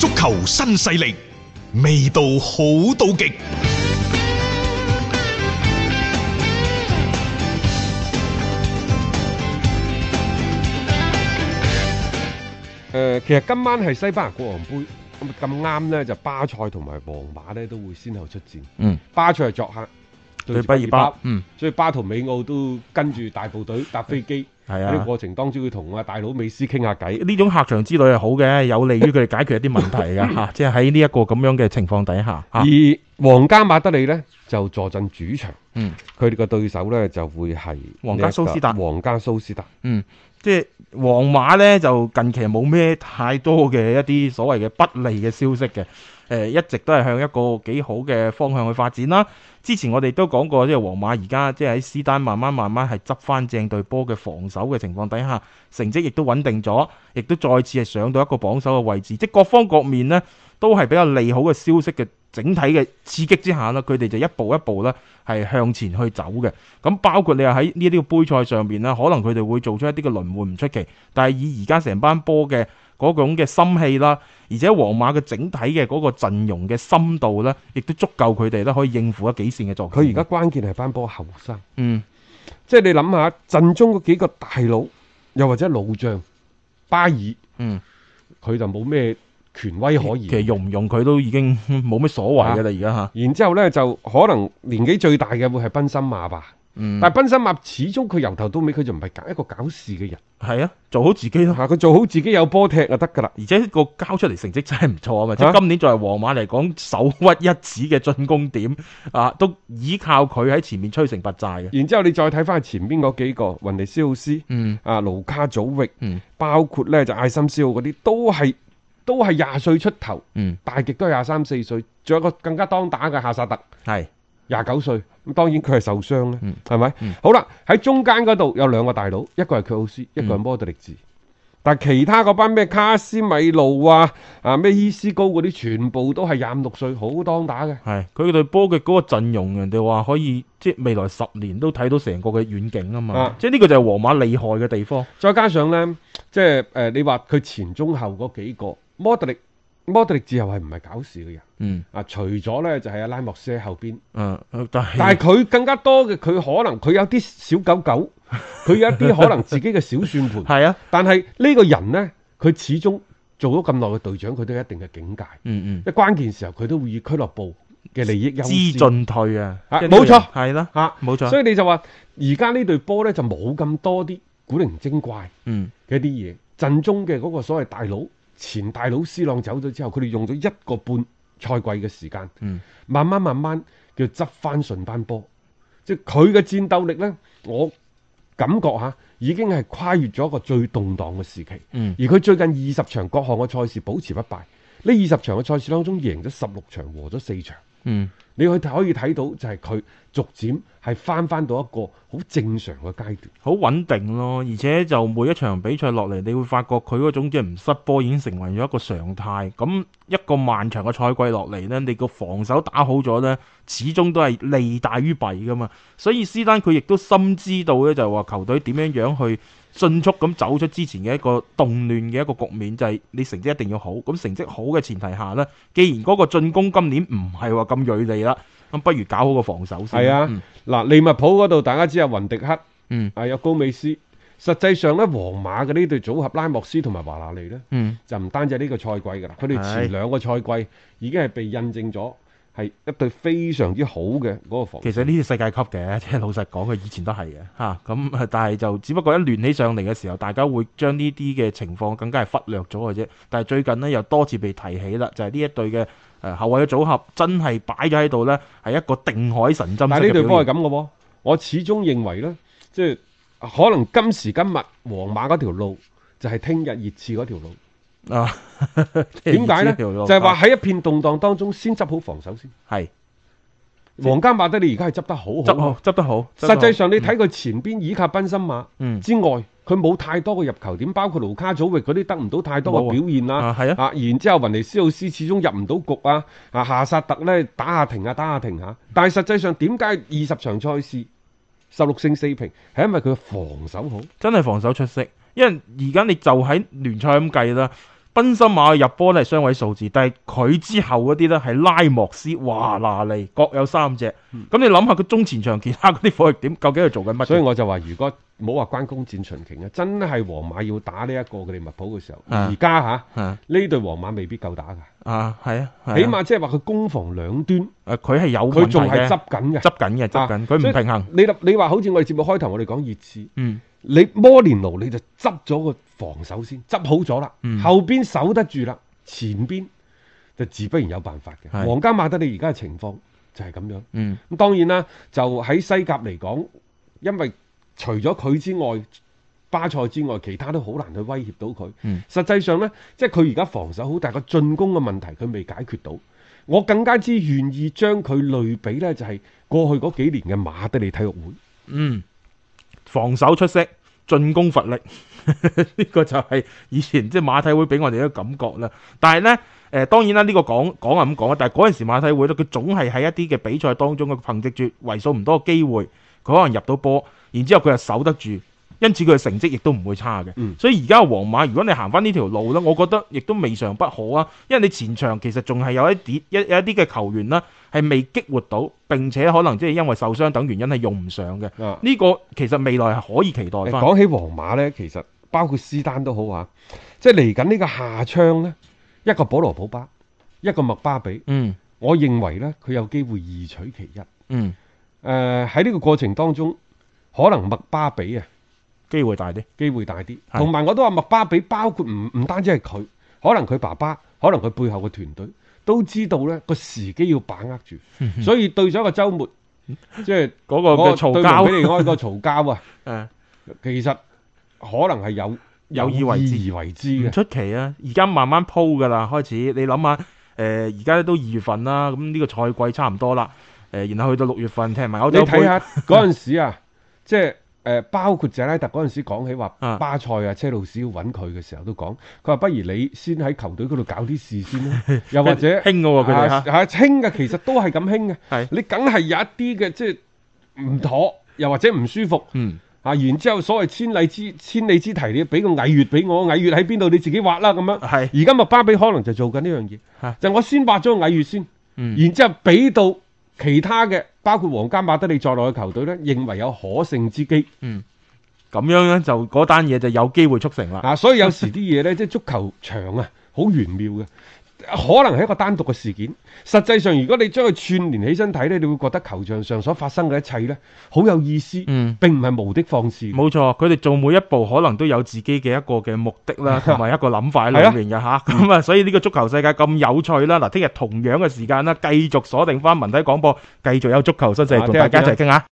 球新勢力，味道好到極。誒、呃其實今晚係西班牙國王杯，咁咁啱呢，就巴塞同埋皇馬呢都會先後出戰。嗯，巴塞係作客對畢爾巴，嗯，所以巴圖美奧都跟住大部隊搭飛機。係喺呢個啊。過程當中，佢同阿大佬美斯傾下偈。呢種客場之旅係好嘅，有利於佢哋解決一啲問題 㗎嚇，即係喺呢一個咁樣嘅情況底下嚇，而皇家馬德里呢，就坐鎮主場，嗯佢哋嘅對手呢，就會係皇家蘇斯達呢一個皇家蘇斯達。嗯，即係皇馬呢，就近期冇咩太多嘅一啲所謂嘅不利嘅消息嘅，誒、一直都係向一個幾好嘅方向去發展啦。之前我哋都講過，即係皇馬而家即係喺斯丹慢慢慢慢係執翻正隊波嘅防守嘅情況底下，成績亦都穩定咗，亦都再次係上到一個榜首嘅位置，即係各方各面呢，都係比較利好嘅消息嘅整體嘅刺激之下呢，佢哋就一步一步呢係向前去走嘅。咁包括你話喺呢啲個杯賽上面呢，可能佢哋會做出一啲嘅輪換唔出奇，但係以而家成班波嘅嗰種嘅心氣啦，而且皇馬嘅整體嘅嗰個陣容嘅深度呢，亦都足夠佢哋咧可以應付一幾線嘅作戰。佢而家關鍵係班波後生，嗯即係你諗下陣中嗰幾個大佬，又或者老將巴爾。嗯，佢就冇咩權威可其實言。用唔用佢都已經 冇乜所謂嘅啦，而家嚇。然之後呢，就可能年紀最大嘅會係賓森馬吧，嗯，但係賓森馬始終佢由頭到尾佢就唔係搞一個搞事嘅人係啊，做好自己咯。嚇，佢做好自己有波踢就得㗎啦。而且個交出嚟成績真係唔錯啊嘛！即啊係今年作為皇馬嚟講，首屈一指嘅進攻點啊，都依靠佢喺前面摧城拔寨嘅。然之後你再睇翻前邊嗰幾個雲尼斯奧斯、嗯啊盧卡祖域，嗯包括呢就艾森斯奧嗰啲，都係都係廿歲出頭，嗯，大極都係廿三四歲，仲有一個更加當打嘅夏薩特。係廿九歲，咁當然佢係受傷啦嗯，係咪、嗯好啦，喺中間嗰度有兩個大佬，一個係佢奧斯，嗯一個係摩德力治。但係其他嗰班咩卡斯米路啊、啊咩伊斯高嗰啲，全部都係廿五六歲，好當打嘅。係，佢對波嘅嗰個陣容，人哋話可以即係未來十年都睇到成個嘅遠景啊嘛！啊即係呢個就係皇馬厲害嘅地方。再加上呢，即係誒、呃你話佢前中後嗰幾個，摩德力摩德力治又係唔係搞事嘅人嗯，啊？除咗呢，就係、阿拉莫斯喺後邊，誒、嗯但係但係佢更加多嘅，佢可能佢有啲小狗狗，佢有一啲可能自己嘅小算盤。係啊，但係呢個人呢，佢始終做咗咁耐嘅隊長，佢都有一定嘅境界。嗯即係關鍵時候，佢都會以俱樂部嘅利益優嗯，知先。進退啊，啊即係呢個人冇錯啊係啦，嚇、冇錯，所以你就話而家呢隊波呢，就冇咁多啲古靈精怪嗯嘅一啲嘢。陣中嘅嗰個所謂大佬前大佬斯朗走咗之後，佢哋用咗一個半賽季嘅時間，嗯慢慢慢慢叫執翻順班波。即係佢嘅戰鬥力呢，我感覺嚇、已經係跨越咗一個最動盪嘅時期。嗯而佢最近二十場各項嘅賽事保持不敗，呢二十場嘅賽事當中贏咗十六場，和咗四場。嗯，你可以可以睇到就係佢逐漸係翻翻到一個好正常嘅階段。好穩定咯，而且就每一場比賽落嚟，你會發覺佢嗰種即係唔失波已經成為咗一個常態。咁一個漫長嘅賽季落嚟呢，你個防守打好咗呢，始終都係利大於弊噶嘛。所以斯丹佢亦都深知道呢，就係話球隊點樣樣去迅速咁走出之前嘅一個動亂嘅一個局面，就係、你成績一定要好。咁成績好嘅前提下呢，既然嗰個進攻今年唔係話咁鋭利啦，咁不如搞好個防守先。係啊嗯，嗱、利物浦嗰度大家知有雲迪克，嗯啊有高美斯。實際上呢，皇馬嘅呢隊組合拉莫斯同埋華拿利呢，嗯就唔單止係呢個賽季㗎啦，佢哋係前兩個賽季已經係被印證咗係一隊非常之好嘅嗰個防其實呢啲世界級嘅，即 係老實講，佢以前都係嘅嚇。咁、呃但係就只不過一亂起上嚟嘅時候，大家會將呢啲嘅情況更加係忽略咗嘅啫。但係最近呢，又多次被提起啦，就係、呢一隊嘅誒後衞嘅組合真係擺咗喺度呢，係一個定海神針但係式呢嘅隊表波現係咁嘅喎，我始終認為呢，即係可能今時今日皇馬嗰條路就係聽日熱刺嗰條路。啊！ 點解呢？條路就係話喺一片動盪當中，先執好防守先。係皇家馬德里而家係執得好執好嗯好啊。執得好。執得實好際上你睇佢前邊以及賓森馬嗯之外，佢冇太多嘅入球點，包括盧卡祖域嗰啲得唔到太多冇嘅啊表現啦。啊係啊，啊，然之後雲尼斯奧斯始終入唔到局啊！啊，夏薩特呢打下停啊下打下停下，但係實際上點解二十場賽事十六勝四平，係因為佢嘅防守好。真係防守出色，因為而家你就喺聯賽咁計啦。賓森馬嘅入波咧係雙位數字，但係佢之後嗰啲咧係拉莫斯、華拿利各有三隻。咁你諗下佢中前場其他嗰啲火力點，究竟佢做緊乜嘢？嗯所以我就話，如果冇話關公戰秦瓊啊，真係皇馬要打呢一個嘅利物浦嘅時候，啊而家吓啊呢隊皇馬未必夠打㗎，啊，係啊，係啊起碼即係話佢攻防兩端，誒佢係有問佢題仲係嘅，執緊嘅。啊執緊嘅，執緊，佢唔所以平衡。你你話好似我哋節目開頭我哋講熱刺，嗯你摩連奴你就執咗個防守先，執好咗啦，嗯後邊守得住啦，前邊就自不然有辦法嘅。係皇家馬德里而家嘅情況就係咁樣。嗯咁當然啦，就喺西甲嚟講，因為除咗佢之外，巴塞之外，其他都好難去威脅到佢。嗯實際上呢，即係佢而家防守好，但係個進攻嘅問題佢未解決到。我更加之願意將佢類比呢，就係、過去嗰幾年嘅馬德里體育會。嗯，防守出色，進攻乏力， 呢個就係以前即係馬體會俾我哋嘅感覺啦。但係呢，誒當然啦，呢個講講係咁講啊，但係嗰陣時馬體會咧，佢總係喺一啲嘅比賽當中，佢憑藉住為數唔多嘅機會，佢可能入到波，然之後佢又守得住。因此佢嘅成績亦都唔會差嘅，嗯所以而家皇馬如果你行翻呢條路呢，我覺得亦都未嘗不可啊，因為你前場其實仲係有一啲一有一啲嘅球員啦，係未激活到，並且可能即係因為受傷等原因係用唔上嘅。啊，呢、個其實未來係可以期待翻。講起皇馬呢，其實包括斯丹都好啊，即係嚟緊呢個下窗呢，一個保羅普巴，一個麥巴比，嗯我認為呢，佢有機會二取其一。嗯，誒喺呢個過程當中，可能麥巴比啊機會大啲。機會大啲，係同埋我都話麥巴比包括唔唔單止係佢，可能佢爸爸，可能佢背後嘅團隊都知道呢個時機要把握住，嗯所以對咗一個週末，即係嗰個嘅嘈對蒙比交，利埃個嘈交啊，誒其實可能係有有意為之意為之唔嘅。出奇啊！而家慢慢鋪㗎啦，開始你諗下，誒而家都二月份啦，咁呢個賽季差唔多啦，誒、然後去到六月份踢埋歐你洲杯睇， 下嗰陣時啊，即係誒、呃包括謝拉特嗰陣時講起話啊巴塞啊、車路士要揾佢嘅時候都講，佢話不如你先喺球隊嗰度搞啲事先 啦，又或者輕嘅喎佢哋啊嚇，啊輕嘅其實都係咁輕嘅係，你梗係有一啲嘅即係唔妥，又或者唔舒服。嗯啊！然之後所謂千里之千里之堤，你俾個蟻穴俾我，蟻穴喺邊度你自己挖啦咁樣。係而家麥巴比可能就做緊呢樣嘢嚇，就我先挖咗個蟻穴先，嗯然之後俾到其他嘅，包括皇家馬德里在內嘅球隊呢，認為有可乘之機咁樣咧就嗰單嘢就有機會促成啦。啊！所以有時啲嘢呢，即係 足球場啊，好玄妙嘅，可能係一個單獨嘅事件。實際上，如果你將佢串連起身睇呢，你會覺得球場上所發生嘅一切呢，好有意思，嗯並唔係無的放矢。冇錯，佢哋做每一步可能都有自己嘅一個嘅目的 啦，同埋一個諗法喺裏面嘅吓。咁嗯啊，所以呢個足球世界咁有趣啦。嗱，聽日同樣嘅時間啦，繼續鎖定翻文體廣播，繼續有足球新勢力啊同大家一聽日啊齊傾下。